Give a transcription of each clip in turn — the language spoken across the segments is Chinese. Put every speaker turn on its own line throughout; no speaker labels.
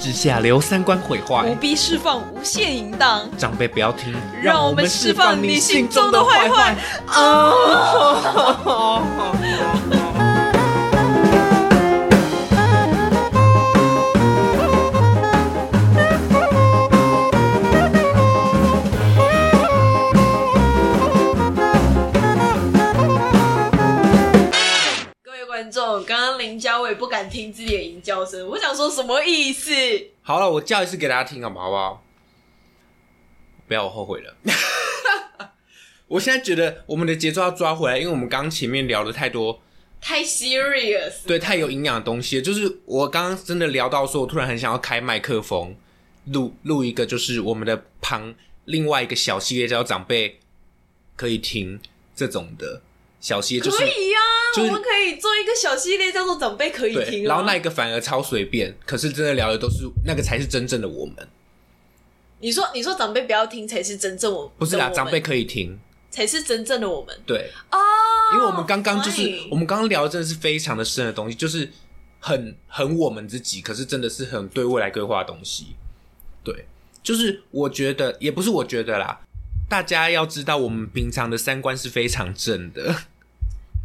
之下留三观毁
不
坏。
必释放无限淫荡，
长辈不要听，
让我们释放你心中的坏坏。各位观众，刚刚林佳伟不敢听自己的淫叫声，我想说什么意思？
好了，我叫一次给大家听好吗？好不好？不要，我后悔了。 我现在觉得我们的节奏要抓回来，因为我们刚刚前面聊了太多，
太 serious，
对，太有营养的东西了。就是我刚刚真的聊到说，我突然很想要开麦克风，录录一个，就是我们的旁另外一个小系列叫长辈可以听这种的小系列，就是
可以呀、啊
就是
我们可以做一个小系列，叫做“长辈可以
对，
听、啊”。
然后那一个反而超随便，可是真的聊的都是那个才是真正的我们，
你说，你说长辈不要听才是真正我，
不是
的
啦，
我们
长辈可以听，
才是真正的我们
对，
哦。
因为我们刚刚就是、
fine
我们刚刚聊的真的是非常的深的东西，就是很很我们自己，可是真的是很对未来规划的东西。对，就是我觉得也不是我觉得啦，大家要知道我们平常的三观是非常正的，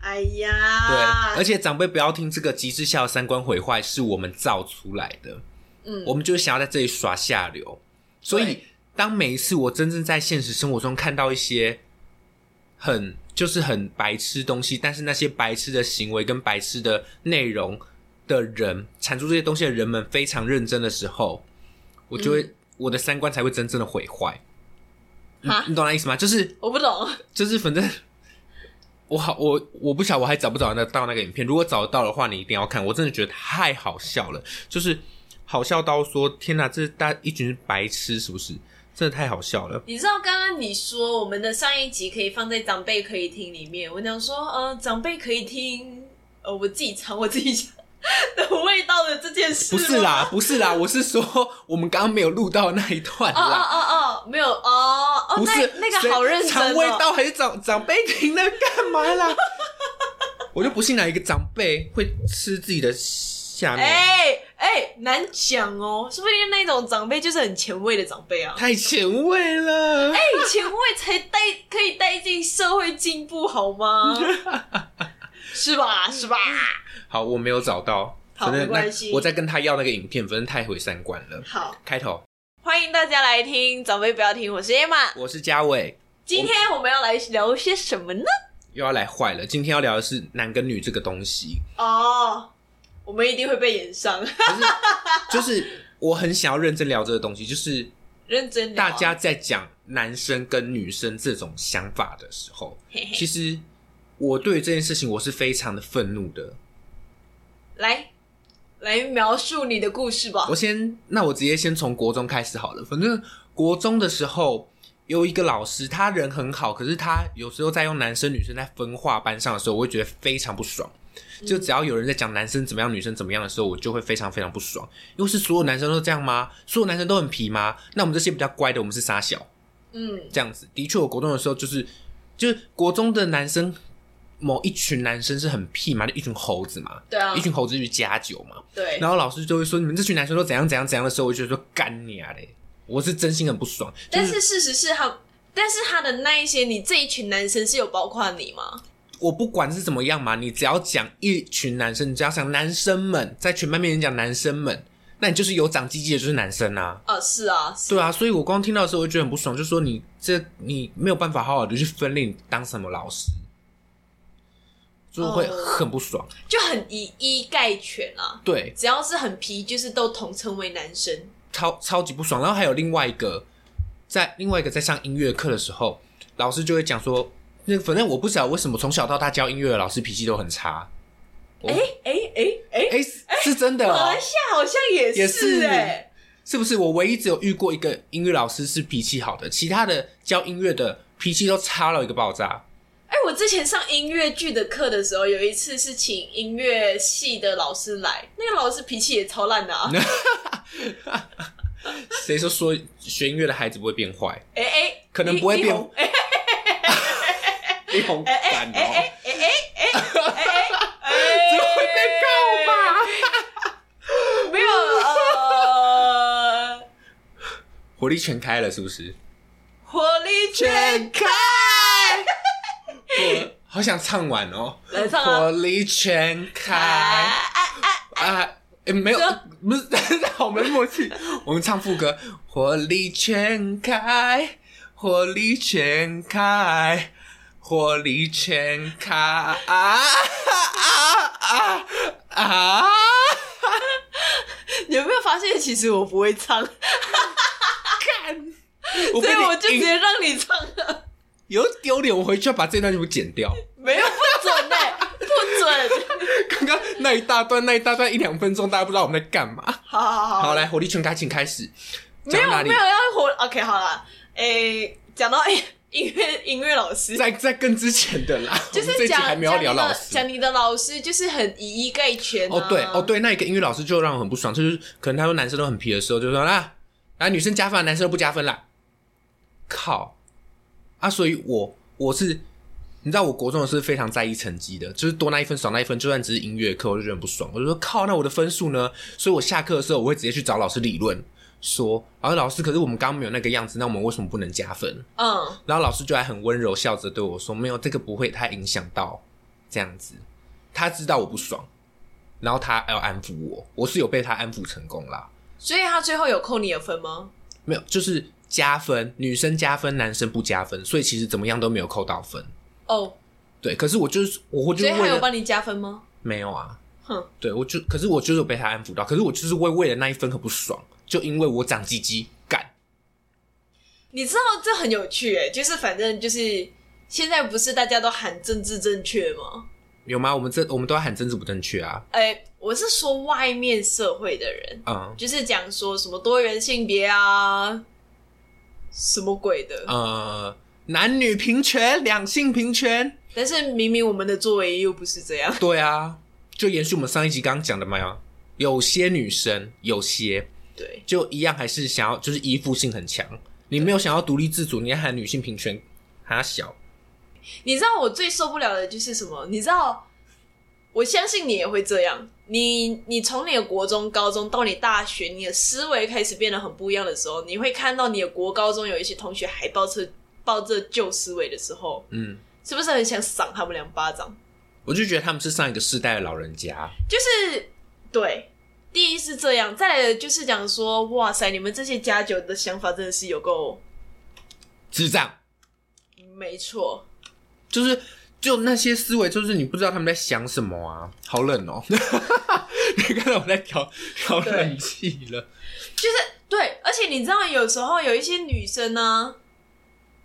哎
对，
呀，
而且长辈不要听这个极致下的三观毁坏是我们造出来的，
嗯
我们就是想要在这里耍下流，所以
对
当每一次我真正在现实生活中看到一些很就是很白痴东西，但是那些白痴的行为跟白痴的内容的人产出这些东西的人们非常认真的时候，我就
嗯
会、我的三观才会真正的毁坏，你
哈
你懂那意思吗？就是
我不懂，
就是反正我好我我不晓得我还找不找得到那个影片，如果找得到的话，你一定要看，我真的觉得太好笑了，就是好笑到说天哪，这大一群白痴是不是？真的太好笑了。
你知道刚刚你说我们的上一集可以放在长辈可以听里面，我想说，呃，长辈可以听，呃，我自己尝我自己想的味道的这件事，
不是，啦，不是啦，我是说我们刚刚没有录到那一段
哦哦
啦，
哦哦，没有，哦哦，
不是
那那个好认真、
肠
哦，
胃道还是长长辈听的干嘛啦？我就不信哪一个长辈会吃自己的下面，
哎哎，难讲哦，说不定那种长辈就是很前卫的长辈 啊。
太前卫了。
哎，前卫才带可以带进社会进步好 吗？是吧？是吧？
好，我没有找到，
好
反正
没关系
那我在跟他要那个影片，反正太毁三观了。
好，
开头，
欢迎大家来听，长辈不要听，我是 Emma。
我是嘉伟，
今天我们要来聊些什么呢？
又要来坏了。今天要聊的是男跟女这个东西，
哦，我们一定会被延上，
就是我很想要认真聊这个东西，就是
认真聊啊
大家在讲男生跟女生这种想法的时候，
嘿嘿
其实我对于这件事情我是非常的愤怒的。
来来描述你的故事吧
我。先，那我直接先从国中开始好了。反正国中的时候有一个老师，他人很好，可是他有时候在用男生女生在分化班上的时候，我会觉得非常不爽。
嗯
就只要有人在讲男生怎么样、女生怎么样的时候，我就会非常非常不爽。因为是所有男生都这样吗？所有男生都很皮吗？那我们这些比较乖的，我们是傻小
嗯，
这样子。的确，我国中的时候就是，就是国中的男生，某一群男生是很屁嘛，就一群猴子嘛，
对啊
一，群猴子去加酒嘛。
对，
然后老师就会说：“你们这群男生都怎样怎样怎样的时候，我就说干你啊嘞！”我是真心很不爽。就
但
是
是事实是他，但是他的那一些，你这一群男生是有包括你吗？
我不管是怎么样嘛，你只要讲一群男生，你只要讲男生们，在全班面前讲男生们，那你就是有长鸡鸡的就是男生啊。
啊，是啊，是
对啊，所以我光听到的时候，我就觉得很不爽，就说你这你没有办法好好的去分类，你当什么老师，就会
哦
很不爽。
就很以一概全啊，
对，
只要是很皮，就是都统称为男生。
超超级不爽。然后还有另外一个，在另外一个在上音乐课的时候，老师就会讲说，那反正我不知道为什么从小到大教音乐的老师脾气都很差。
哎哎哎哎，
哦哎、是是真的、
马
哦
来，西亚好像也
也
是
是
哎、
是不是？我唯一只有遇过一个音乐老师是脾气好的，其他的教音乐的脾气都差到一个爆炸。
哎、我之前上音乐剧的课的时候，有一次是请音乐系的老师来，那个老师脾气也超烂的 啊！
谁说说学音乐的孩子不会变坏？
哎哎，
可能不会
你
变
你 红哎
你好烦哦！
哎哎哎哎 哎哎哎，
怎么会被告吧？
没有呃，
火力全开了，是不是？
火 力全
开，我好想唱完哦。
来唱啊
火力全开
开。
啊！诶没有
这，
不是， 好没默契。我们唱副歌，火力全开，火力全开，火力全开啊啊啊啊啊！
你有没有发现，其实我不会唱，所
我被
以
你
我就直
引
接让你唱了。
有丢脸，我回去要把这段全部剪掉。
没有不准呢、不准。
刚刚那一大段，那一大段一两分钟，大家不知道我们在干嘛。
好好好，
好，来，火力全开，请开始。
哦没
讲
有
到哪里
没有？要火。OK，好了，诶、讲到音音乐音乐老师，
在在更之前的 啦，
就
我们这
是
一集
讲
还没有要聊
讲你的
老师。
讲你的老师就是很以一概全、啊。
哦，对，哦，，对，那一个英语老师就让我很不爽，就是可能他说男生都很皮的时候，就说啦，啊，女生加分，男生都不加分啦。靠！啊，所以我我是，你知道，我国中的是非常在意成绩的，就是多那一分少那一分，就算只是音乐课，我就觉得很不爽。我就说靠，那我的分数呢？所以我下课的时候，我会直接去找老师理论，说，然后老师，可是我们刚刚没有那个样子，那我们为什么不能加分？
嗯，
然后老师就还很温柔笑着对我说：“没有，这个不会太影响到这样子。”他知道我不爽，然后他要安抚我，我是有被他安抚成功啦。
所以他最后有扣你的分吗？
没有，就是加分，女生加分，男生不加分，所以其实怎么样都没有扣到分。
哦，
对，可是我就是我会就
所以
是
他
为
有
了
帮你加分吗？
没有啊，
哼，
对我就可是我就是有被他安抚到，可是我就是会为了那一分很不爽，就因为我长鸡鸡干。
你知道这很有趣诶、就是反正就是现在不是大家都喊政治正确吗？
有吗？我们这我们都要喊政治不正确啊，
哎、我是说外面社会的人，
嗯
就是讲说什么多元性别啊，什么鬼的。
呃，男女平权，两性平权，
但是明明我们的作为又不是这样。
对啊，就延续我们上一集刚刚讲的嘛，有些女生有些
对，
就一样还是想要就是依附性很强，你没有想要独立自主，你还喊女性平权，还要小，
你知道我最受不了的就是什么？你知道，我相信你也会这样。你你从你的国中、高中到你大学，你的思维开始变得很不一样的时候，你会看到你的国高中有一些同学还抱着抱着旧思维的时候，
嗯，
是不是很想赏他们两巴掌？
我就觉得他们是上一个世代的老人家，
就是对，第一是这样，再来就是讲说，哇塞，你们这些家酒的想法真的是有够
智障，
没错。
就是就那些思维，就是你不知道他们在想什么啊，好冷哦、 你看到我在调调冷气了，
就是对，而且你知道，有时候有一些女生呢、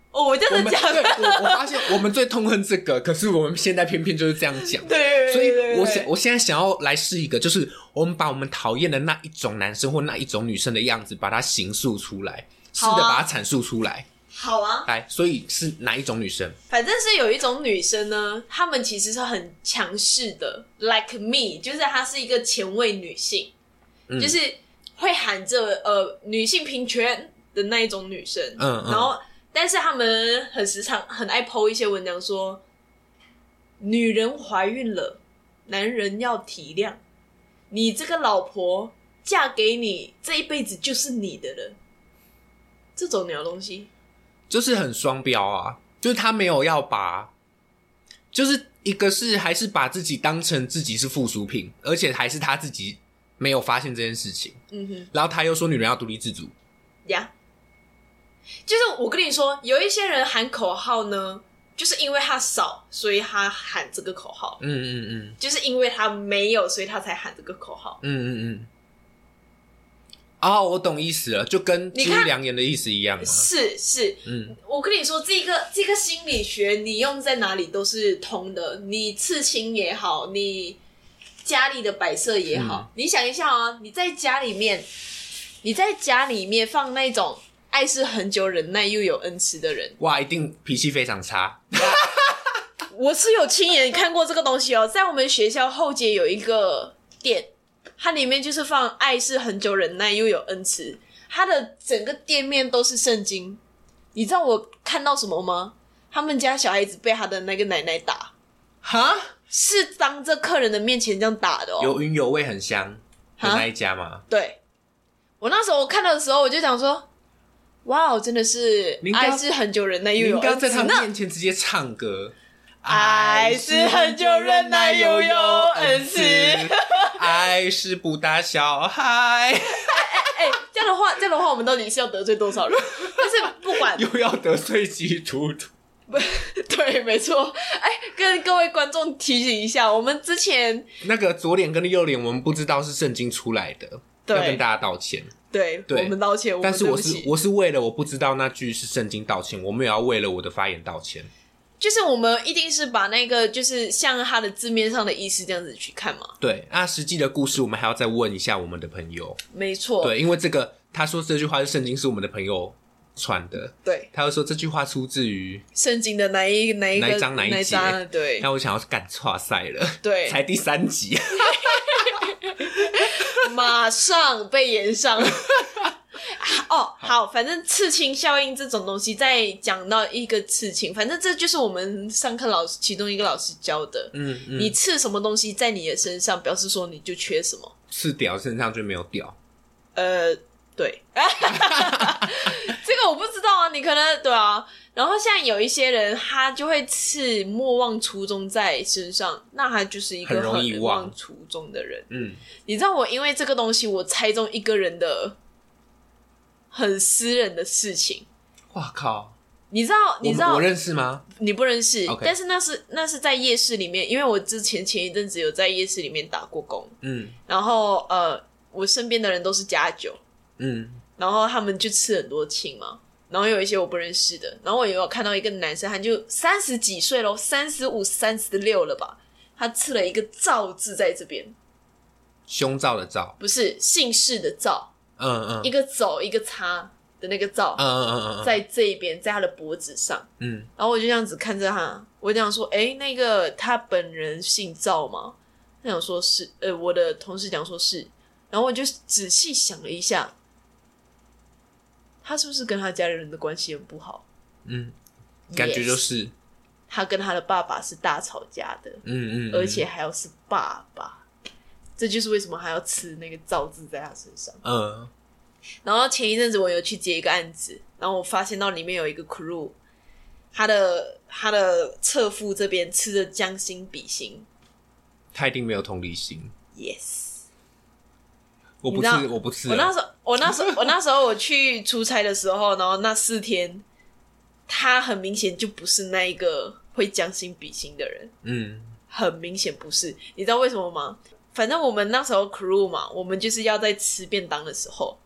哦，我真
我
的
们
讲，
对我我发现我们最痛恨这个，可是我们现在偏偏就是这样讲，
对，
所以
对
我想，，我现在想要来试一个，就是我们把我们讨厌的那一种男生或那一种女生的样子，把它形塑出来，试
好啊
着把它阐述出来。
好啊。
来，所以是哪一种女生？
反正是有一种女生呢，她们其实是很强势的，like me，就是她是一个前卫女性，
嗯
就是会喊着呃女性平权的那一种女生。
嗯嗯
然后，但是她们很时常很爱 PO 一些文章说，女人怀孕了，男人要体谅，你这个老婆嫁给你这一辈子就是你的了。这种鸟东西，
就是很双标啊，就是他没有要把，就是一个是还是把自己当成自己是附属品，而且还是他自己没有发现这件事情，
嗯哼。
然后他又说女人要独立自主，
呀就是我跟你说，有一些人喊口号呢，就是因为他少，所以他喊这个口号；
嗯嗯嗯
就是因为他没有，所以他才喊这个口号。
嗯嗯嗯。哦，我懂意思了，就跟
你
金
看
良言的意思一样啊。
是是，
嗯，
我跟你说，这个这个心理学你用在哪里都是通的。你刺青也好，你家里的摆设也好，你想一下啊，你在家里面，你在家里面放那种爱是很久忍耐又有恩慈的人，
哇，一定脾气非常差。
我是有亲眼看过这个东西哦，在我们学校后街有一个店，它里面就是放“爱是很久忍耐又有恩慈”，它的整个店面都是圣经。你知道我看到什么吗？他们家小孩子被他的那个奶奶打，
哈，
是当着客人的面前这样打的哦。
有云有味很香的那一家嘛，
对，我那时候我看到的时候，我就想说，哇哦，真的是
你应该
爱是很久忍耐
你
又有
应该要
恩
在
慈
他
呢。
面前直接唱歌。
爱是很久忍耐又有恩慈，
爱是不打小孩，
哎、这样的话，这样的话，我们到底是要得罪多少人？ 但是不管，
又要得罪基督徒。
对，没错。哎、跟各位观众提醒一下，我们之前
那个左脸跟右脸，我们不知道是圣经出来的，要跟
对
大家道歉。
对，
对
我们道歉，
但是
们
我
对不
是
起
我是为了我不知道那句是圣经道歉，我们也要为了我的发言道歉。
就是我们一定是把那个就是像它的字面上的意思这样子去看嘛，
对，那实际的故事我们还要再问一下我们的朋友。
没错，
对，因为这个他说这句话是圣经，是我们的朋友传的。
对，
他又说这句话出自于，
圣经的哪一哪一个
哪一章哪一节
一章，对
让我想要干错赛了，
对，
才第三 集。
马上被延上。 哦，好，反正刺青效应这种东西，再讲到一个刺青，反正这就是我们上课老师其中一个老师教的。
嗯嗯，
你刺什么东西在你的身上，表示说你就缺什么。
刺屌身上就没有屌，
呃，对，这个我不知道啊，你可能对啊。然后现在有一些人，他就会刺“莫忘初衷”在身上，那他就是一个
很容易
很
忘
忘初衷的人。
嗯，
你知道我因为这个东西，我猜中一个人的很私人的事情。
哇靠，
你知道，
我
你知道
我，认识吗？
你不认识
OK
但是那是那是在夜市里面，因为我之前前一阵子有在夜市里面打过工，
嗯
然后呃，我身边的人都是家酒，
嗯，
然后他们就吃很多青嘛，然后有一些我不认识的，然后我也有看到一个男生，他就三十几岁咯，三十五、三十六了吧，他吃了一个“赵”字在这边，
胸罩的罩，
不是姓氏的“赵”。
嗯嗯
一个走一个叉的那个照
嗯，嗯嗯嗯
在这一边，在他的脖子上。
嗯，
然后我就这样子看着他，我就想说，哎、那个他本人姓赵吗？他想说是，呃，我的同事讲说是。然后我就仔细想了一下，他是不是跟他家人的关系很不好？
嗯嗯，感觉就
Yes，
是，
他跟他的爸爸是大吵架的，
嗯嗯，嗯
而且，还要是爸爸。这就是为什么还要吃那个赵字在他身上。
嗯
然后前一阵子我有去接一个案子，然后我发现到里面有一个 crew，他的他的侧腹这边吃着将心比心
他一定没有同理心，
，yes。
我不
你知道
是我不是啊
我，那时候我那时候我那时候我去出差的时候，然后那四天，他很明显就不是那一个会将心比心的人，
嗯
很明显不是。你知道为什么吗？反正我们那时候 crew 嘛，我们就是要在吃便当的时候，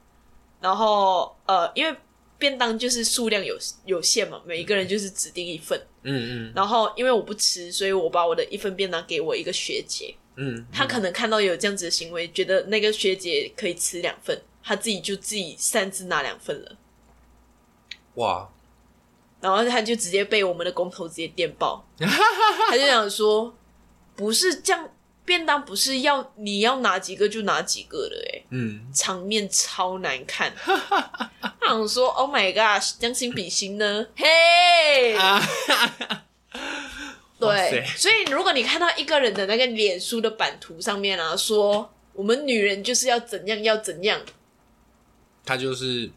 然后呃，因为便当就是数量有有限嘛，每一个人就是指定一份。
嗯嗯
然后因为我不吃，所以我把我的一份便当给我一个学姐，
嗯，
她可能看到有这样子的行为，觉得那个学姐可以吃两份，她自己就自己擅自拿两份了。
哇，
然后他就直接被我们的工头直接电 爆，他就想说，不是这样，便当不是要你要哪几个就哪几个的、欸，
嗯，
场面超 难看。他想说，Oh my god，将心比心呢， 嘿、
啊，哇
对
塞，
所以如果你看到一个人的那个脸书的版图上面啊，说我们女人就是要怎样要怎样，
他就是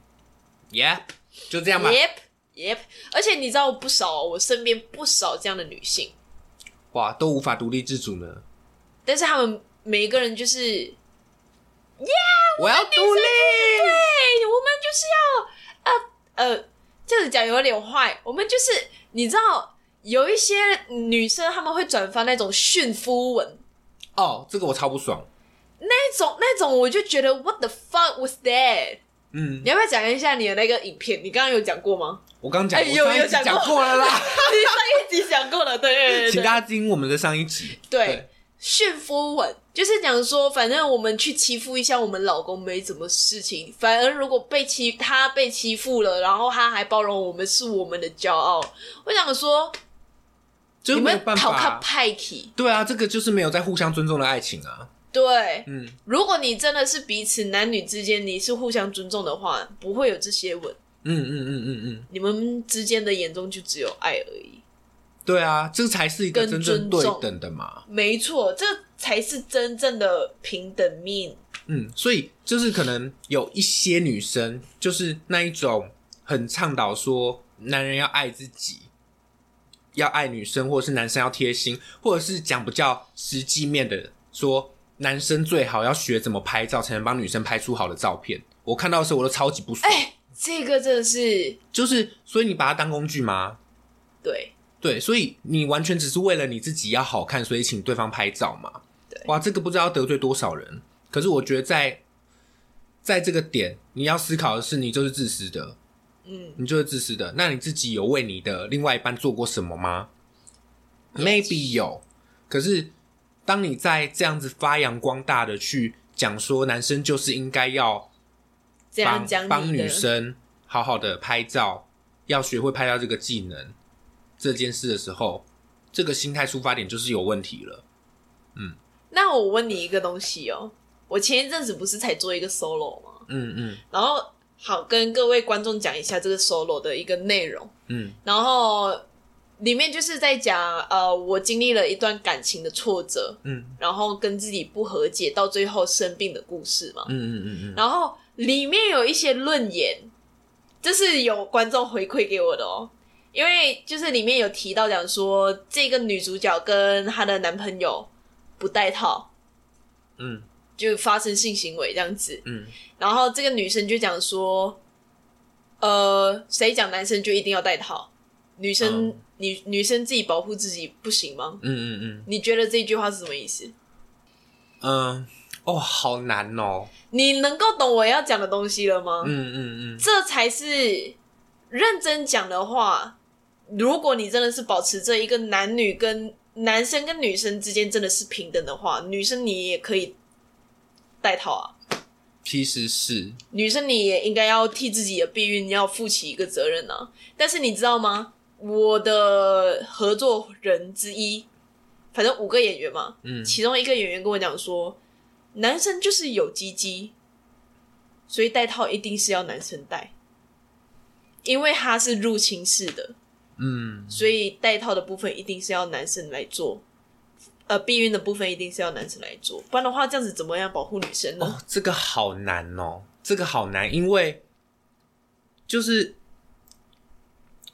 ，yeah，就这样吧，
yep yep，而且你知道不少哦，我身边不少这样的女性。
哇，都无法独立自主呢，
但是他们每一个人就是，哎，
我要独立，
我们就是要，呃呃，这样子讲有点坏。我们就是，你知道，有一些女生她们会转发那种驯夫文，
哦，这个我超不爽，
那种那种，我就觉得 What the fuck was that？
嗯
你，要不要讲一下你的那个影片？你刚刚有讲过 吗？
我刚讲，
哎
我
有
上一
有
集
讲
讲
过
过了啦。
你上一集讲过了，对对 对对
请大家听我们的上一集。
对，驯夫文，就是讲说，反正我们去欺负一下我们老公没什么事情，反而如果被欺他被欺负了，然后他还包容我们，是我们的骄傲。我想说，
就
你
没有
们
办
讨看
法。
派体，
对啊，这个就是没有在互相尊重的爱情啊。
对，
嗯，
如果你真的是彼此男女之间你是互相尊重的话，不会有这些文，
嗯嗯嗯嗯嗯，
你们之间的眼中就只有爱而已。
对啊，这才是一个真正
更尊
对
重
等的嘛。
没错，这才是真正的平等面。
嗯，所以就是可能有一些女生就是那一种很倡导说，男人要爱自己，要爱女生，或者是男生要贴心，或者是讲比较实际面的说，男生最好要学怎么拍照，才能帮女生拍出好的照片。我看到的时候，我都超级不爽。
哎，这个真的是
就是，所以你把它当工具吗？
对，
对，所以你完全只是为了你自己要好看，所以请对方拍照嘛。
对
哇，这个不知道得罪多少人。可是我觉得在在这个点，你要思考的是，你就是自私的，
嗯，
你就是自私的。那你自己有为你的另外一半做过什么吗？Maybe 有，可是当你在这样子发扬光大的去讲说，男生就是应该要
这样
帮
讲
帮
你
女
的，
生好好的拍照，要学会拍照这个技能这件事的时候，这个心态出发点就是有问题了。
那我问你一个东西哦，我前一阵子不是才做一个 solo 吗？
嗯嗯
然后好跟各位观众讲一下这个 solo 的一个内容，
嗯
然后里面就是在讲呃，我经历了一段感情的挫折，
嗯
然后跟自己不和解，到最后生病的故事嘛。
嗯嗯嗯嗯
然后里面有一些论言，这是有观众回馈给我的哦。因为就是里面有提到讲说，这个女主角跟她的男朋友不戴套，
嗯
就发生性行为这样子。
嗯
然后这个女生就讲说，呃，谁讲男生就一定要戴套？女生、
嗯
女女生自己保护自己不行吗？
嗯嗯
你觉得这句话是什么意思？
嗯嗯，哦，好难哦。
你能够懂我要讲的东西了吗？
嗯嗯嗯
这才是认真讲的话。如果你真的是保持着一个男女跟男生跟女生之间真的是平等的话，女生你也可以戴套啊，
其实是
女生你也应该要替自己的避孕要负起一个责任啊。但是你知道吗？我的合作人之一，反正五个演员嘛，
嗯
其中一个演员跟我讲说，男生就是有鸡鸡，所以戴套一定是要男生戴，因为它是入侵式的，
嗯
所以戴套的部分一定是要男生来做，呃，避孕的部分一定是要男生来做，不然的话，这样子怎么样保护女生呢？
哦，这个好难哦，这个好难，因为就是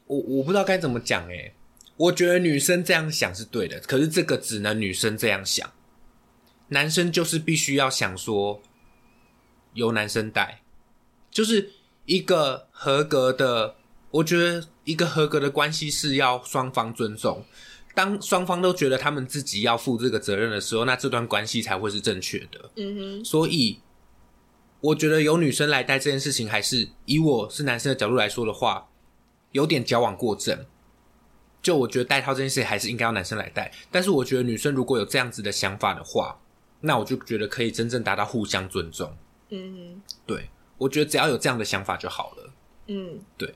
我我不知道该怎么讲诶，我觉得女生这样想是对的，可是这个只能女生这样想，男生就是必须要想说由男生带，就是一个合格的，我觉得一个合格的关系是要双方尊重。当双方都觉得他们自己要负这个责任的时候，那这段关系才会是正确的。
嗯哼，
所以我觉得由女生来带这件事情，还是以我是男生的角度来说的话，有点矫枉过正。就我觉得带套这件事还是应该要男生来带，但是我觉得女生如果有这样子的想法的话，那我就觉得可以真正达到互相尊重。
嗯哼，
对我觉得只要有这样的想法就好了。
嗯，
对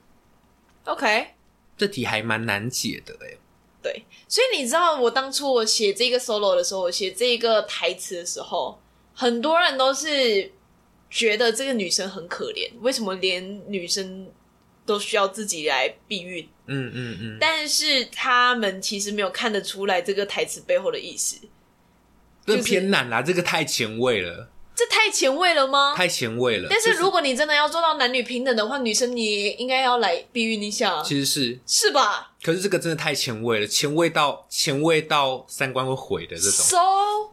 ，OK。
这题还蛮难解的欸诶、
对，所以你知道我当初我写这个 solo 的时候，我写这个台词的时候，很多人都是觉得这个女生很可怜，为什么连女生都需要自己来避孕？
嗯嗯嗯，
但是他们其实没有看得出来这个台词背后的意思，
这
就是
偏难啦，这个太前卫了，
这太前卫了吗？
太前卫了。
但
就是
如果你真的要做到男女平等的话，女生你也应该要来避孕一下啊，
其实是，
是吧
可是这个真的太前卫了，前卫到前卫到三观会毁的这种。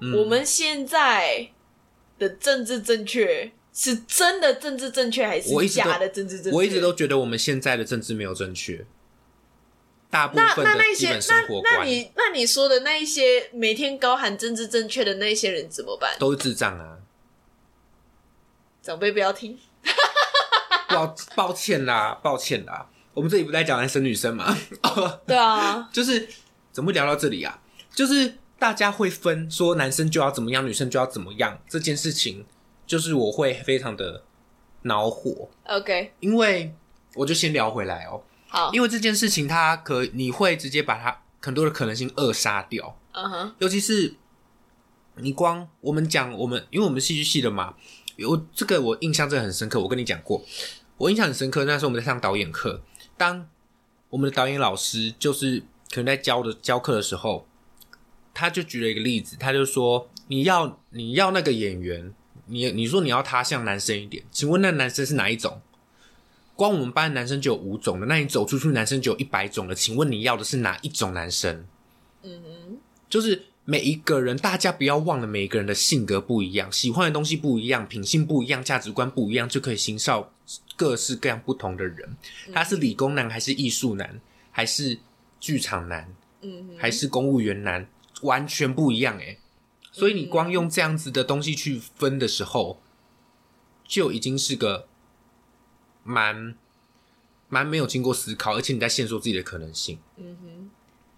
嗯
？So，、我们现在的政治正确是真的政治正确还
我一
是
直都
假的政治正确？
我一直都觉得我们现在的政治没有正确，大部
那
分
那
的
那
基
些
本生
那
活
那
观
你那你说的那一些每天高喊政治正确的那些人怎么办？
都是智障啊！
长辈不要听，
抱抱歉啦，抱歉啦，我们这里不在讲男生女生嘛，
对啊，
就是怎么会聊到这里啊？就是大家会分说男生就要怎么样，女生就要怎么样这件事情，就是我会非常的恼火，
OK，
因为我就先聊回来哦，
好，
因为这件事情它可你会直接把它很多的可能性扼杀掉，
嗯哼，
尤其是你光我们讲我们，因为我们戏剧系的嘛，我这个我印象真的很深刻。我跟你讲过，我印象很深刻。那时候我们在上导演课，当我们的导演老师就是可能在教的教课的时候，他就举了一个例子，他就说你要你要那个演员，你你说你要他像男生一点，请问那男生是哪一种？光我们班的男生就有五种的，那你走出去男生就有一百种的，请问你要的是哪一种男生？
嗯哼，
就是每一个人，大家不要忘了，每一个人的性格不一样，喜欢的东西不一样，品性不一样，价值观不一样，就可以欣赏各式各样不同的人。
嗯
他是理工男，还是艺术男，还是剧场男，
嗯哼，
还是公务员男，完全不一样诶、所以你光用这样子的东西去分的时候，就已经是个蛮蛮没有经过思考，而且你在限缩自己的可能性。
嗯哼，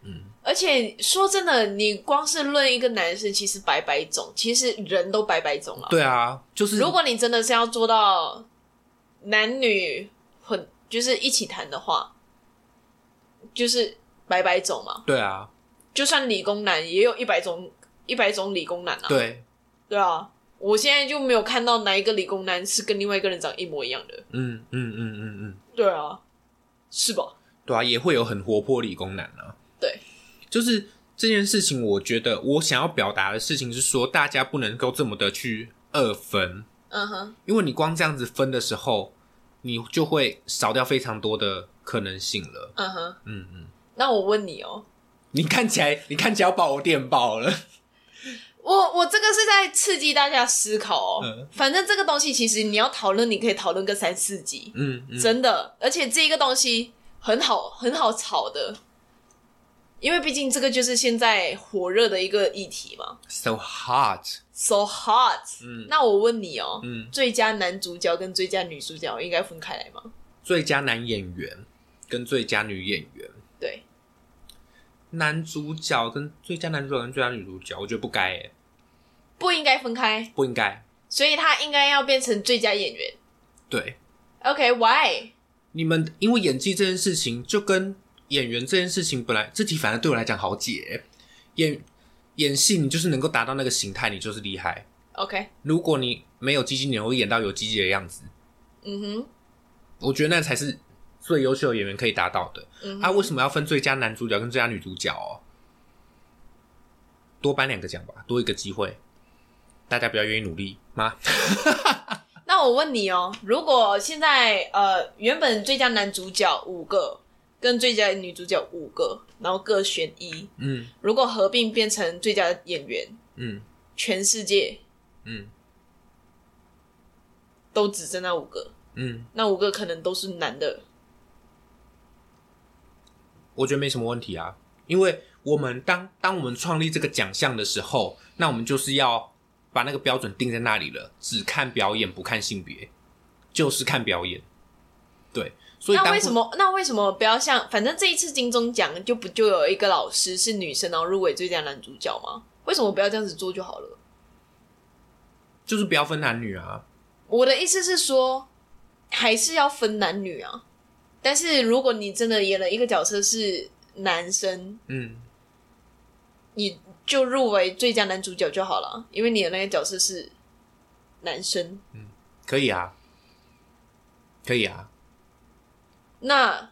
嗯
而且说真的，你光是论一个男生，其实百百种，其实人都百百种了。
对啊，就是
如果你真的是要做到男女混，就是一起谈的话，就是百百种嘛。
对啊，
就算理工男也有一百种，一百种理工男啊。
对，
对啊，我现在就没有看到哪一个理工男是跟另外一个人长一模一样的。
嗯嗯嗯嗯嗯，
对啊，是吧？
对啊，也会有很活泼理工男啊。
对，
就是这件事情，我觉得我想要表达的事情是说，大家不能够这么的去二分，
嗯哼，
因为你光这样子分的时候，你就会少掉非常多的可能性了。
嗯哼。
嗯嗯，
那我问你哦、
你看起来，你看起来要把我电爆了。
我我这个是在刺激大家思考哦。
嗯
反正这个东西其实你要讨论，你可以讨论个三四集，
嗯嗯，
真的。而且这一个东西很好很好吵的，因为毕竟这个就是现在火热的一个议题嘛
so hot。
，so hot。
嗯
那我问你哦、
嗯，
最佳男主角跟最佳女主角应该分开来吗？
最佳男演员跟最佳女演员，
对，
男主角跟最佳男主角跟最佳女主角，我觉得不该、欸，
不应该分开，
不应该。
所以他应该要变成最佳演员。
对，
OK，Why？、
你们因为演技这件事情，就跟演员这件事情本来这题反而对我来讲好解。演演戏，你就是能够达到那个形态，你就是厉害。
OK，
如果你没有鸡鸡，你会演到有鸡鸡的样子。
嗯哼，
我觉得那才是最优秀的演员可以达到的。
嗯哼
啊，为什么要分最佳男主角跟最佳女主角哦？多颁两个奖吧，多一个机会，大家比较愿意努力吗？
那我问你哦，如果现在呃原本最佳男主角五个，跟最佳女主角五个，然后各选一，
嗯
如果合并变成最佳演员，
嗯
全世界
嗯
都只剩那五个，
嗯，
那五个可能都是男的。
我觉得没什么问题啊，因为我们当当我们创立这个奖项的时候，那我们就是要把那个标准定在那里了，只看表演不看性别，就是看表演。对，所以
那
当
为什么？那为什么不要像？反正这一次金钟奖就不就有一个老师是女生，然后入围最佳男主角吗？为什么不要这样子做就好了？
就是不要分男女啊？
我的意思是说，还是要分男女啊。但是如果你真的演了一个角色是男生，
嗯，
你就入围最佳男主角就好了，因为你的那个角色是男生。
可以啊，可以啊。
那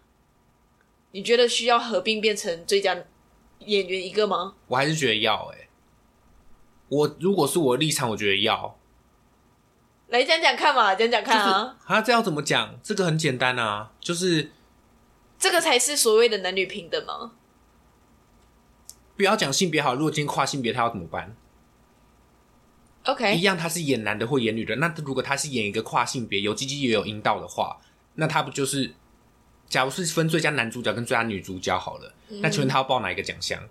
你觉得需要合并变成最佳演员一个吗？
我还是觉得要哎、我如果是我的立场，我觉得要。
来讲讲看嘛，讲讲
就是
看啊，
啊，这要怎么讲？这个很简单啊，就是
这个才是所谓的男女平等吗？
不要讲性别好，如果今天跨性别，他要怎么办？一
OK，
样，他是演男的或演女的。那如果他是演一个跨性别，有鸡鸡也有阴道的话，那他不就是？假如是分最佳男主角跟最佳女主角好了，那请问他要报哪一个奖项？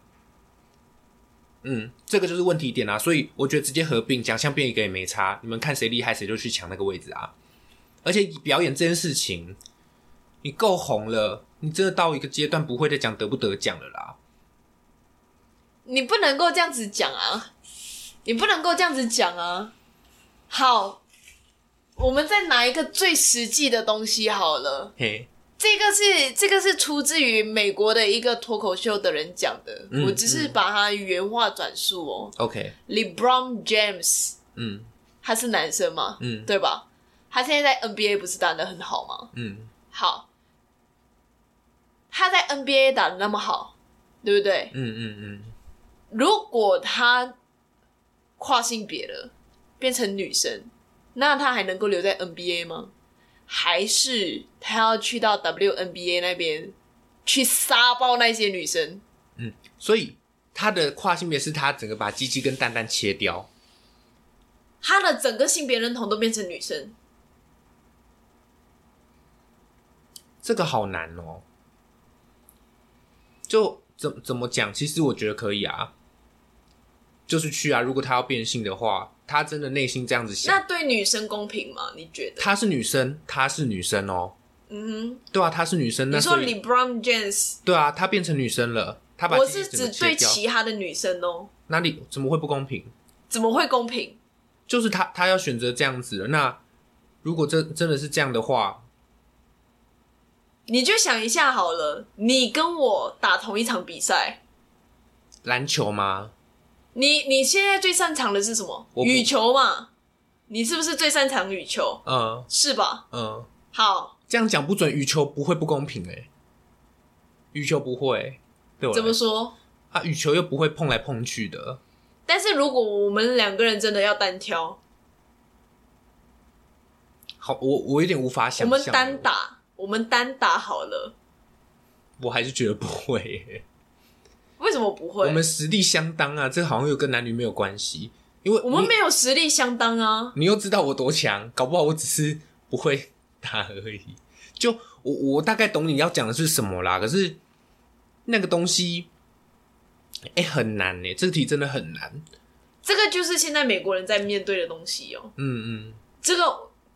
嗯，这个就是问题点啊。所以我觉得直接合并奖项变一个也没差，你们看谁厉害谁就去抢那个位置啊。而且表演这件事情，你够红了，你真的到一个阶段不会再讲得不得奖了啦。
你不能够这样子讲啊，你不能够这样子讲啊。好，我们再拿一个最实际的东西好了。
嘿，
这个是这个是出自于美国的一个脱口秀的人讲的，
嗯
我只是把它原话转述哦。
OK，
LeBron James
嗯
他是男生嘛，
嗯
对吧？他现在在 NBA 不是打的很好吗？
嗯
好，他在 NBA 打的那么好，对不对？
嗯嗯
如果他跨性别了，变成女生，那他还能够留在 NBA 吗？还是他要去到 WNBA 那边去杀爆那些女生？
所以他的跨性别是他整个把鸡鸡跟蛋蛋切掉，
他的整个性别认同都变成女生，
这个好难哦。就怎怎么讲？其实我觉得可以啊，就是去啊。如果他要变性的话，他真的内心这样子
那
想，
对女生公平吗？你觉得？
她是女生，她是女生哦，
嗯
对啊，她是女生。
哼，
那
你说
所以
LeBron James，
对啊，她变成女生了，她把
我
鸡
是
鸡整
指
个切
对
掉，
其他的女生哦，
哪里怎么会不公平？
怎么会公平？
就是他他要选择这样子了。那如果真真的是这样的话，
你就想一下好了，你跟我打同一场比赛，
篮球吗？
你你现在最擅长的是什么？
我不
羽球嘛，你是不是最擅长羽球？
嗯
是吧？
嗯，
好，
这样讲不准，羽球不会不公平哎、羽球不会，对我
怎么
来说
说？
啊？羽球又不会碰来碰去的，
但是如果我们两个人真的要单挑，
好，我我有点无法
我
想象。
们单，打，我们单打好了，
我还是觉得不会欸、
为什么不会？
我们实力相当啊，这好像又跟男女没有关系，因为
我们
你
没有实力相当啊，
你又知道我多强，搞不好我只是不会打而已。就我我大概懂你要讲的是什么啦，可是那个东西，哎、很难哎、这题真的很难。
这个就是现在美国人在面对的东西哦。
嗯嗯
这个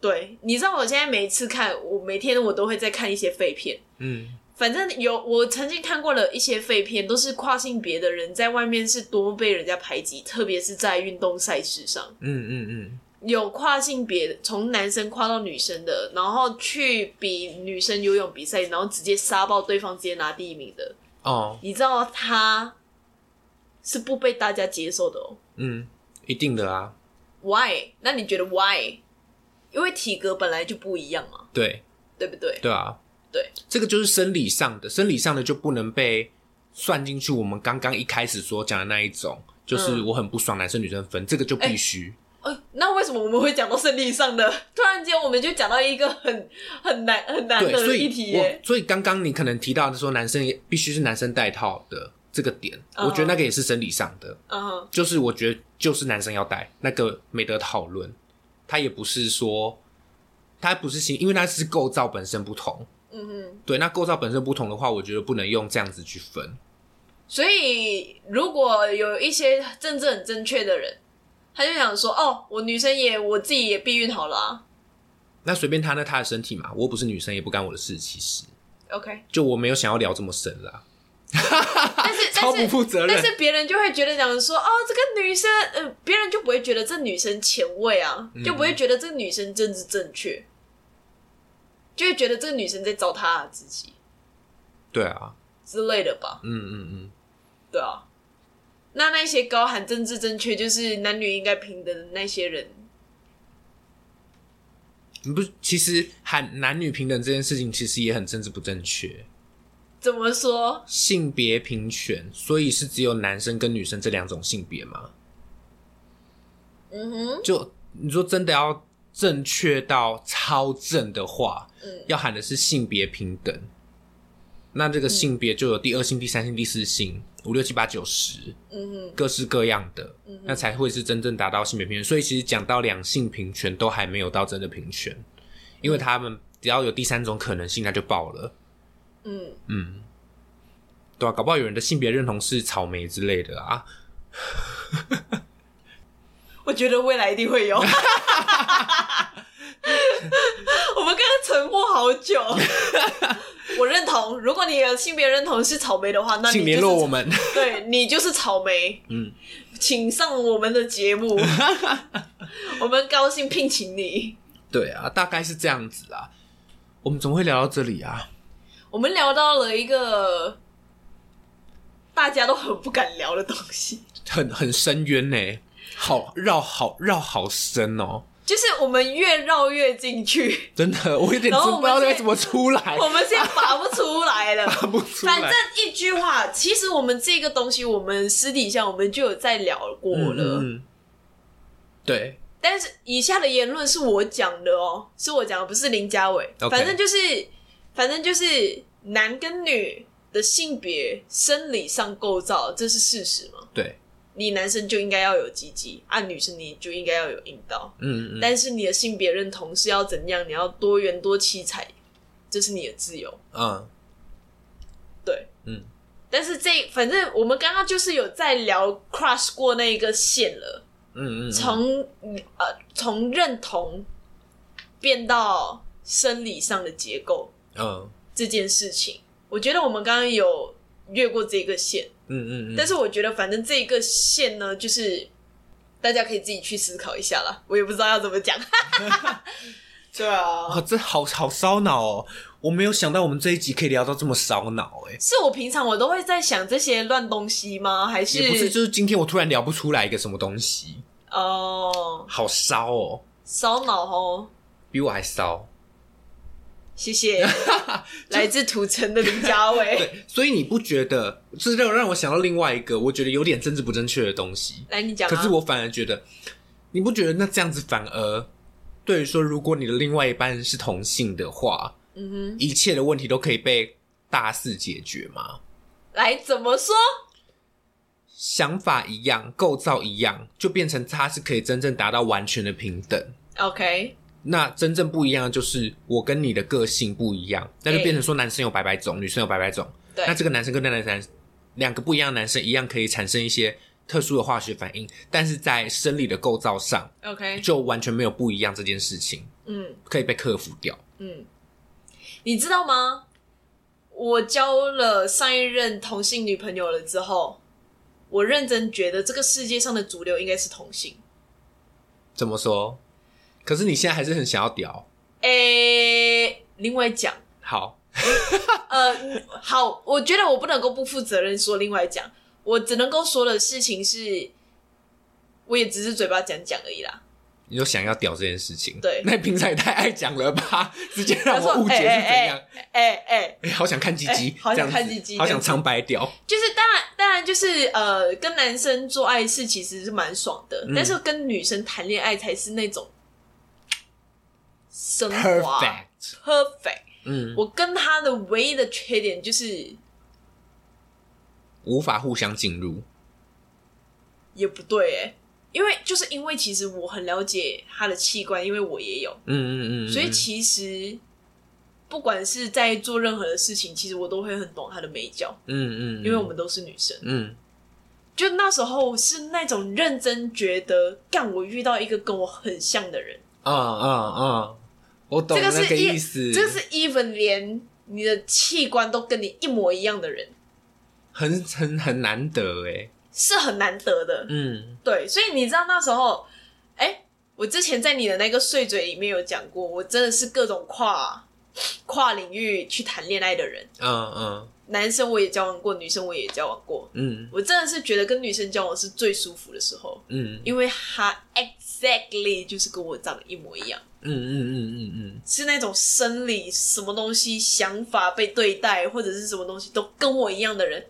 对，你知道我现在每一次看，我每天我都会在看一些废片。
嗯，
反正有，我曾经看过了一些废片，都是跨性别的人在外面是多么被人家排挤，特别是在运动赛事上，
嗯嗯嗯，
有跨性别从男生跨到女生的，然后去比女生游泳比赛，然后直接杀爆对方，直接拿第一名的。
哦，
你知道他是不被大家接受的哦
嗯，一定的啊，
？Why？那你觉得 Why？因为体格本来就不一样嘛，
对
对不对？
对啊，
对，
这个就是生理上的，生理上的就不能被算进去。我们刚刚一开始所讲的那一种，就是
嗯
我很不爽男生女生分，这个就必须。
呃，那为什么我们会讲到胜利上的？ 突然间我们就讲到一个很很难很难
对，所
的议题
以我
耶。
所以刚刚你可能提到的说男生也必须是男生戴套的这个点，
嗯
我觉得那个也是生理上的，
嗯哼，
就是我觉得就是男生要戴那个没得讨论，他也不是说他不是新，因为那是构造本身不同。
嗯哼。
对，那构造本身不同的话，我觉得不能用这样子去分。
所以如果有一些政治很正确的人，他就想说：“哦，我女生也我自己也避孕好了、啊。
那随便他那他的身体嘛，我又不是女生，也不干我的事。其实
”OK，
就我没有想要聊这么深啦，
但是
超
但
不
是
负责任
但。是别人就会觉得讲说：“哦，这个女生，呃，别人就不会觉得这女生前卫啊，
嗯
就不会觉得这女生政治正确，就会觉得这个女生在糟蹋自己
对啊，
之类的吧。”
嗯嗯嗯，
对啊，那那些高喊政治正确，就是男女应该平等的那些人，
你嗯不，其实喊男女平等这件事情，其实也很政治不正确。
怎么说？
性别平权，所以是只有男生跟女生这两种性别吗？
嗯哼，
就你说真的要正确到超正的话，
嗯
要喊的是性别平等。那这个性别就有第二性、第三性、第四性，五六七八九十，
嗯哼，嗯
各式各样的，那才会是真正达到性别平权。所以其实讲到两性平权，都还没有到真的平权，因为他们只要有第三种可能性，那就爆了。
嗯，
嗯，对啊，搞不好有人的性别认同是草莓之类的啊。
我觉得未来一定会有。我们刚刚沉默好久，我认同。如果你的性别认同是草莓的话，那你、就是、
请联络我们。
对你就是草莓，
嗯，
请上我们的节目，我们高兴聘请你。
对啊，大概是这样子啦。我们怎么会聊到这里啊？
我们聊到了一个大家都很不敢聊的东西，
很很深渊呢、好绕好绕好深哦、
就是我们越绕越 进去，
真的，我有点
然后
出
我
不
们
知道
现
该
在
怎么出来，
我们现在拔不出来了。
看不出
反
来
正。一句话，其实我们这个东西，我们私底下我们就有在聊过了。
嗯嗯，对，
但是以下的言论是我讲的哦，是我讲的，不是林家伟。
OK
反正就是，反正就是男跟女的性别生理上构造，这是事实嘛？
对，
你男生就应该要有鸡鸡，啊，女生你就应该要有阴道。
嗯嗯
但是你的性别认同是要怎样？你要多元多七彩，这是你的自由。
嗯
对，
嗯，
但是这反正我们刚刚就是有在聊 crush 过那一个线了，
嗯嗯，
从呃从认同变到生理上的结构
嗯
这件事情，我觉得我们刚刚有越过这个线，
嗯嗯，
但
是
是我觉得反正这个线呢，就是大家可以自己去思考一下啦，我也不知道要怎么讲。 对啊，
啊，这好好烧脑哦！我没有想到我们这一集可以聊到这么烧脑，哎，
是我平常我都会在想这些乱东西吗？还是
也不是，就是今天我突然聊不出来一个什么东西，
哦
好烧哦，
烧脑哦？
比我还烧。
谢谢， 来自土城的林家伟。
对，所以你不觉得这让让我想到另外一个我觉得有点政治不正确的东西？
来，你讲、啊。
可是我反而觉得，你不觉得那这样子反而对于说，如果你的另外一半是同性的话，
嗯
一切的问题都可以被大肆解决吗？
哼，来怎么说？
想法一样，构造一样，就变成它是可以真正达到完全的平等。
OK，
那真正不一样的就是我跟你的个性不一样，那就变成说男生有白白种，女生有白白种。
对
那这个男生跟那个男生两个不一样的男生一样可以产生一些特殊的化学反应，但是在生理的构造上
OK，
就完全没有不一样这件事情
嗯
可以被克服掉。
嗯，你知道吗？我交了上一任同性女朋友了之后，我认真觉得这个世界上的主流应该是同性。
怎么说？可是你现在还是很想要屌，
诶、另外讲，
好，
呃，好，我觉得我不能够不负责任说另外讲，我只能够说的事情是，我也只是嘴巴讲讲而已啦。
你就想要屌这件事情。
对
那你平常也太爱讲了吧， 直接让
他说
我误解是怎样？哎、
哎哎，
好想看鸡鸡
哎，好想
这样子
看鸡鸡
好
这
想
样子
长白屌。
就是当然，当然就是呃，跟男生做爱是其实是蛮爽的，
嗯
但是跟女生谈恋爱才是那种升华
Perfect，
perfect
嗯，
我跟他的唯一的缺点就是，
无法互相进入。
也不对哎、因为就是因为其实我很了解他的器官，因为我也有，
嗯嗯嗯嗯，
所以其实不管是在做任何的事情，其实我都会很懂他的美角，
嗯嗯，嗯
因为我们都是女生。
嗯
就那时候是那种认真觉得，干我遇到一个跟我很像的人，
啊啊啊，我懂
这个
那
是
个
一
意思，
这是 even 连你的器官都跟你一模一样的人，
很很很难得哎。
是很难得的。
嗯
对，所以你知道那时候，哎、我之前在你的那个碎嘴里面有讲过，我真的是各种跨跨领域去谈恋爱的人，
嗯嗯
男生我也交往过，女生我也交往过，
嗯
我真的是觉得跟女生交往是最舒服的时候，
嗯嗯
因为她 exactly 就是跟我长得一模一样。
嗯嗯嗯嗯
是那种生理什么东西想法被对待，或者是什么东西都跟我一样的人，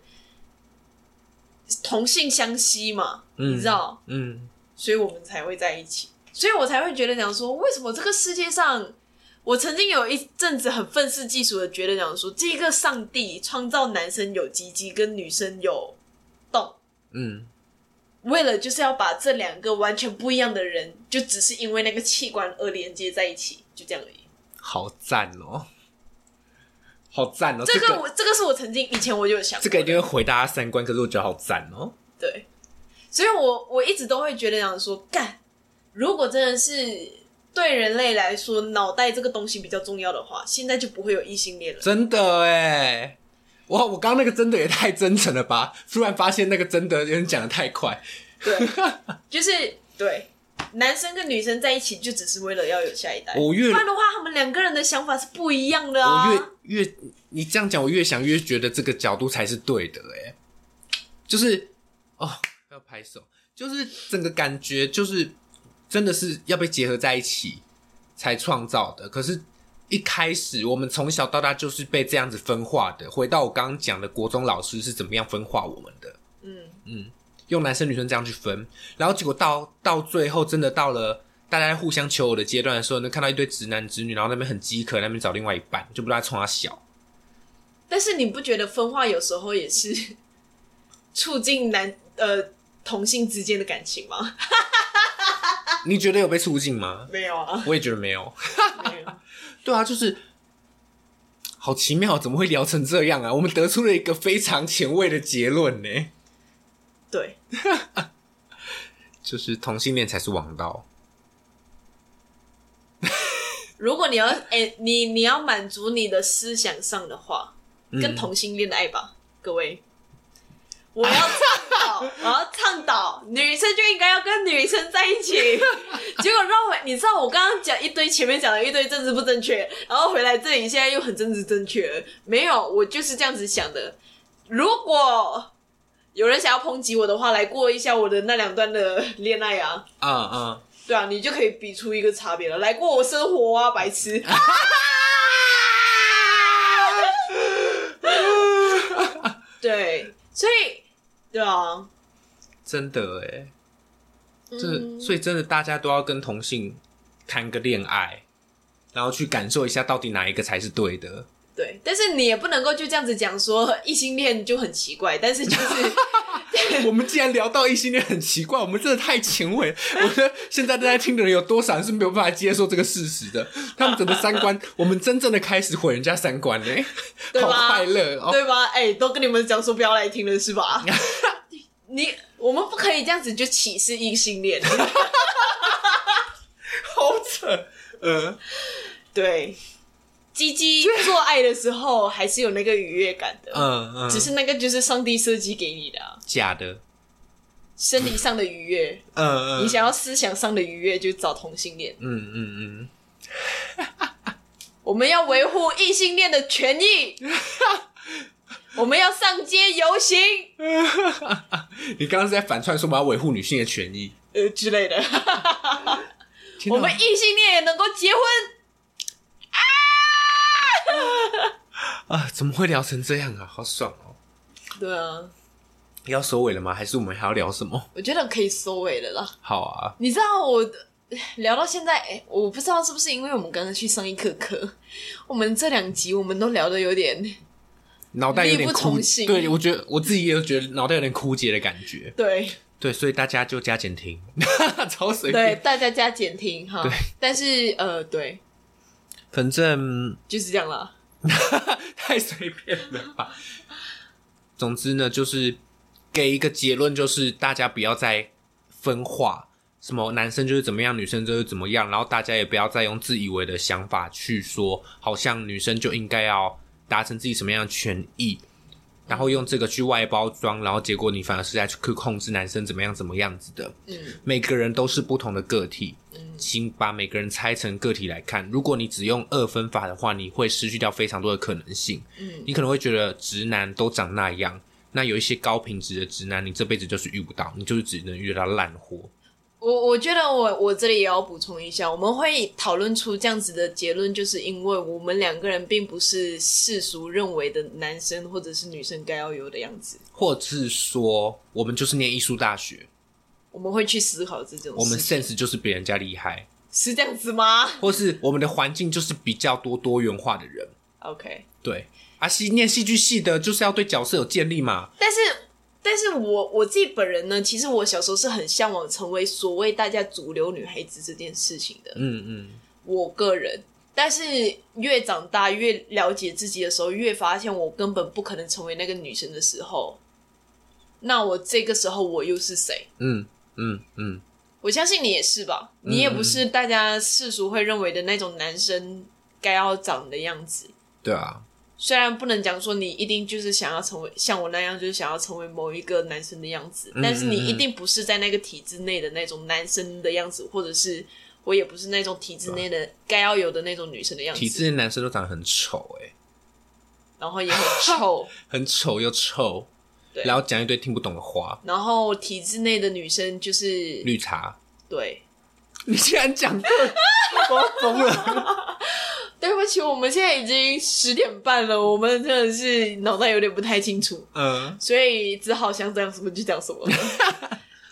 同性相吸嘛，
嗯
你知道，
嗯
所以我们才会在一起，所以我才会觉得讲说，为什么这个世界上，我曾经有一阵子很愤世嫉俗的觉得讲说，这个上帝创造男生有鸡鸡跟女生有洞，
嗯
为了就是要把这两个完全不一样的人，就只是因为那个器官而连接在一起，就这样而已。
嗯，好赞哦，好赞哦，
这个
个
我这个是我曾经以前我就有想过
这
的
个一定会回答三观，可是我觉得好赞哦。
对，所以我我一直都会觉得想说，干，如果真的是对人类来说，脑袋这个东西比较重要的话，现在就不会有异性 恋了。
真的哎，哇！我刚刚那个真的也太真诚了吧！突然发现那个真的有点讲的太快，
对，就是对，男生跟女生在一起就只是为了要有下一代，
我越
不然的话，他们两个人的想法是不一样的啊。
我越越你这样讲，我越想越觉得这个角度才是对的哎，就是哦，要拍手，就是整个感觉就是真的是要被结合在一起才创造的，可是。一开始，我们从小到大就是被这样子分化的。回到我刚刚讲的，国中老师是怎么样分化我们的？
嗯，
用男生女生这样去分，然后结果到到最后真的到了大家在互相求偶的阶段的时候，你就看到一堆直男直女，然后那边很饥渴，那边找另外一半，就不知道冲他小。
但是你不觉得分化有时候也是 促进男呃同性之间的感情吗？
你觉得有被促进吗？
没有啊，
我也觉得没有。
没有。
对啊，就是好奇妙，怎么会聊成这样啊？我们得出了一个非常前卫的结论呢，
对，
就是同性恋才是王道。
如果你要哎、你你要满足你的思想上的话，跟同性恋的爱吧，各位。我要倡导，我要倡导，女生就应该要跟女生在一起。结果绕回，你知道我刚刚讲一堆，前面讲了一堆政治不正确，然后回来这里现在又很政治正确了。没有，我就是这样子想的。如果有人想要抨击我的话，来过一下我的那两段的恋爱啊，
啊啊、 嗯
对啊，你就可以比出一个差别了。来过我生活啊，白痴。对，所以对啊，
真的哎，这
嗯，
所以真的大家都要跟同性谈个恋爱，然后去感受一下到底哪一个才是对的。
对，但是你也不能够就这样子讲说异性恋就很奇怪，但是就是
我们既然聊到异性恋，很奇怪，我们真的太前卫 了。我觉得现在正在听的人有多少人是没有办法接受这个事实的？他们整个三观， 我们真正的开始毁人家三观嘞，
对
好
吧
快乐哦！
对吧？哎、都跟你们讲说不要来听了是吧？你我们不可以这样子就歧视异性 恋，
好扯， 呃，
对。鸡鸡做爱的时候还是有那个愉悦感的，
嗯嗯，
只是那个就是上帝设计给你的、啊，
假的，
生理上的愉悦，
嗯嗯，
呃你想要思想上的愉悦就找同性恋。
嗯嗯嗯，
我们要维护异性恋的权 益，我们要上街游行，
你刚刚是在反串说我们要维护女性的权益，
呃之类的。
天哪
我们异性恋也能够结婚，
啊，怎么会聊成这样啊？好爽哦！
对啊，
要收尾了吗？还是我们还要聊什么？
我觉得可以收尾了啦。
好啊，
你知道我呃聊到现在，哎、我不知道是不是因为我们刚刚去上一课课，我们这两集我们都聊的有点
脑袋有点
力不
枯
从，心
对我觉得我自己也有觉得脑袋有点枯竭的感觉。
对
对，所以大家就加减听， 超随
对，
便。
大家加减听哈
对。
但是呃，对，
反正
就是这样啦。
太随便了吧。总之呢，就是给一个结论，就是大家不要再分化，什么男生就是怎么样，女生就是怎么样，然后大家也不要再用自以为的想法去说，好像女生就应该要达成自己什么样的权益，然后用这个去外包装，然后结果你反而是在去控制男生怎么样怎么样子的。
嗯，
每个人都是不同的个体，请把每个人拆成个体来看。如果你只用二分法的话，你会失去掉非常多的可能性。
嗯，
你可能会觉得直男都长那样，那有一些高品质的直男，你这辈子就是遇不到，你就是只能遇到烂货。
我我觉得我我这里也要补充一下，我们会讨论出这样子的结论，就是因为我们两个人并不是世俗认为的男生或者是女生该要有的样子，
或是说，我们就是念艺术大学，
我们会去思考这种
我们
事
sense 就是比人家厉害，
是这样子吗
或是我们的环境就是比较多多元化的人。
？OK，
对，啊，戏念戏剧系的，就是要对角色有建立嘛。
但是。但是我我自己本人呢，其实我小时候是很向往成为所谓大家主流女孩子这件事情的。
嗯嗯，
我个人。但是越长大越了解自己的时候，越发现我根本不可能成为那个女生的时候，那我这个时候我又是谁？
嗯嗯嗯，
我相信你也是吧，你也不是大家世俗会认为的那种男生该要长的样子。
对啊，
虽然不能讲说你一定就是想要成为像我那样，就是想要成为某一个男生的样子，但是你一定不是在那个体制内的那种男生的样子，或者是我也不是那种体制内的该要有的那种女生的样子。
体制的男生都长得很丑、欸，
然后也很臭，
很丑又臭，
对
然后讲一堆听不懂的话，
然后体制内的女生就是
绿茶。
对，
你竟然讲对，我要疯了。
对不起，我们现在已经十点半了，我们真的是脑袋有点不太清楚，
嗯，
所以只好想讲什么就讲什么。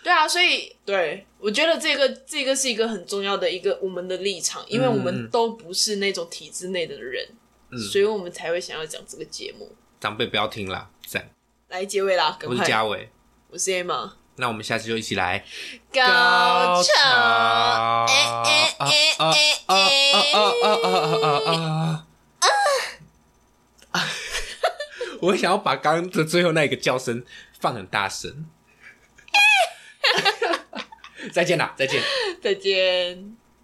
对啊，所以对我觉得这个这个是一个很重要的一个我们的立场，因为我
嗯
们
嗯
都不是那种体制内的人，所以我们才会想要讲这个节目。
长辈不要听啦，赞。
来结尾啦，赶
我是
快！
嘉伟，
我是 A 嘛，
那我们下次就一起来
高潮，
啊
哎哎哎哎
啊啊
哎，
啊啊啊啊！我想要把刚刚的最后那一个叫声放很大声。再见啦，再见。
再见。